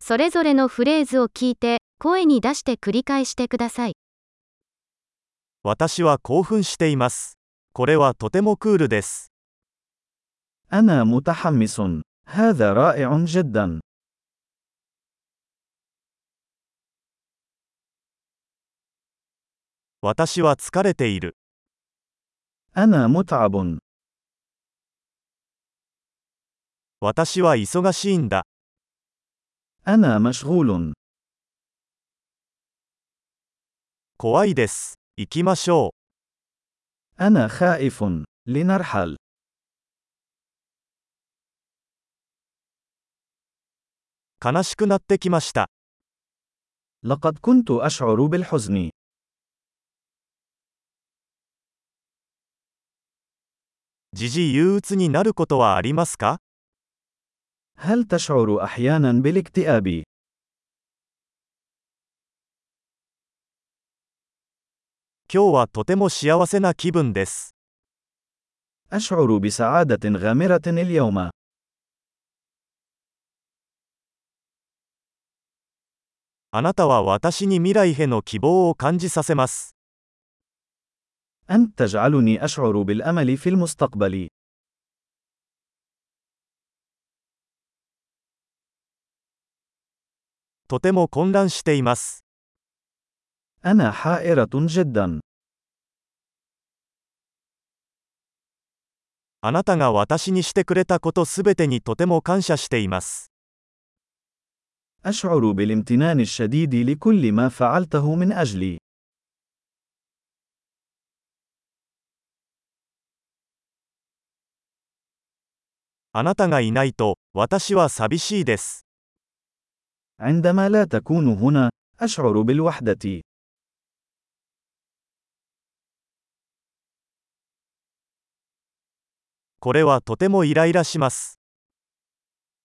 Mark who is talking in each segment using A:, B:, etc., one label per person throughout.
A: それぞれのフレーズを聞いて、声に出して繰り返してください。
B: 私は興奮しています。これはとてもクールです。
C: أنا متحمس. هذا رائع جدا.
B: 私は疲れている。
C: أنا متعب.
B: 私は忙しいんだ。
C: أنا مشغول.
B: 怖いです。行きましょ
C: أنا خائف. لنرحل.
B: う。悲しくなってきました。
C: لقد كنت أشعر بالحزن.
B: 時々憂鬱になることはありますか
C: هل تشعر أحيانا بالاكتئاب؟
B: 今日はとても幸せな気分です。
C: أشعر بسعادة غامرة اليوم.
B: あなたは私に未来への希望を感じさせます。
C: أنت تجعلني أشعر بالأمل في المستقبل.
B: とても混乱しています。
C: أنا حائرة جدا.
B: あなたが私にしてくれたことすべてにとても感謝しています。
C: أشعر بالامتنان الشديد لكل ما فعلته من أجلي.
B: あなたがいないと、私は寂しいです。
C: عندما لا تكون هنا، أشعر بالوحدة.
B: これはとてもイライラします。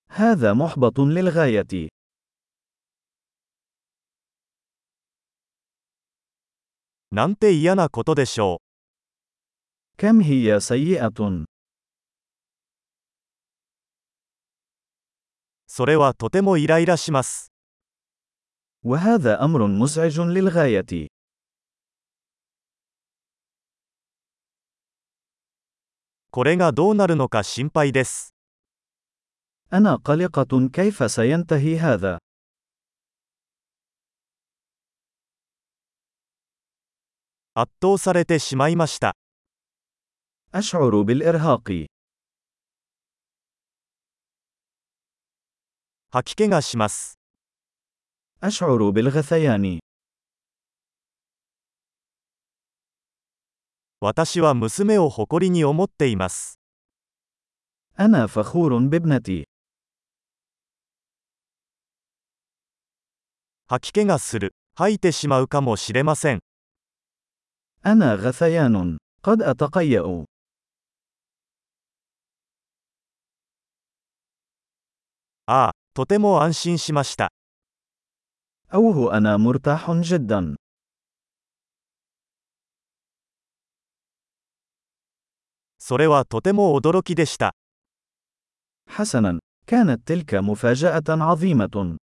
C: هذا محبط للغاية.
B: なんて嫌なことでしょ
C: كم هي سيئة.
B: う。それはとてもイライラします。
C: وهذا أمر مزعج للغاية.
B: これがどうなるのか心配です。
C: أنا قلقة كيف سينتهي هذا.
B: 圧倒されてしまいました。
C: أشعر بالإرهاق.
B: 吐き気がします。
C: أشعر بالغثيان.
B: 私は娘を誇りに思っています。
C: أنا فخور بابنتي.
B: 吐き気がする。吐いてしまうかもしれません。
C: أنا غثيان. قد أتقيأ.
B: ああ、とても安心しました。
C: أوه أنا مرتاح جدا.
B: それはとても驚きでした。
C: حسنا. كانت تلك مفاجأة عظيمة.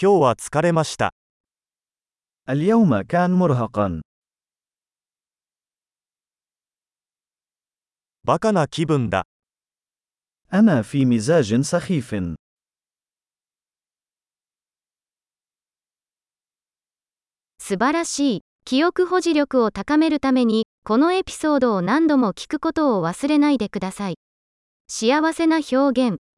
B: 今日は疲れました。
C: اليوم كان مرهقا.
B: バカな気分だ。
C: أنا في مزاج سخيف.
A: 素晴らしい。記憶保持力を高めるために、このエピソードを何度も聞くことを忘れないでください。幸せな表現、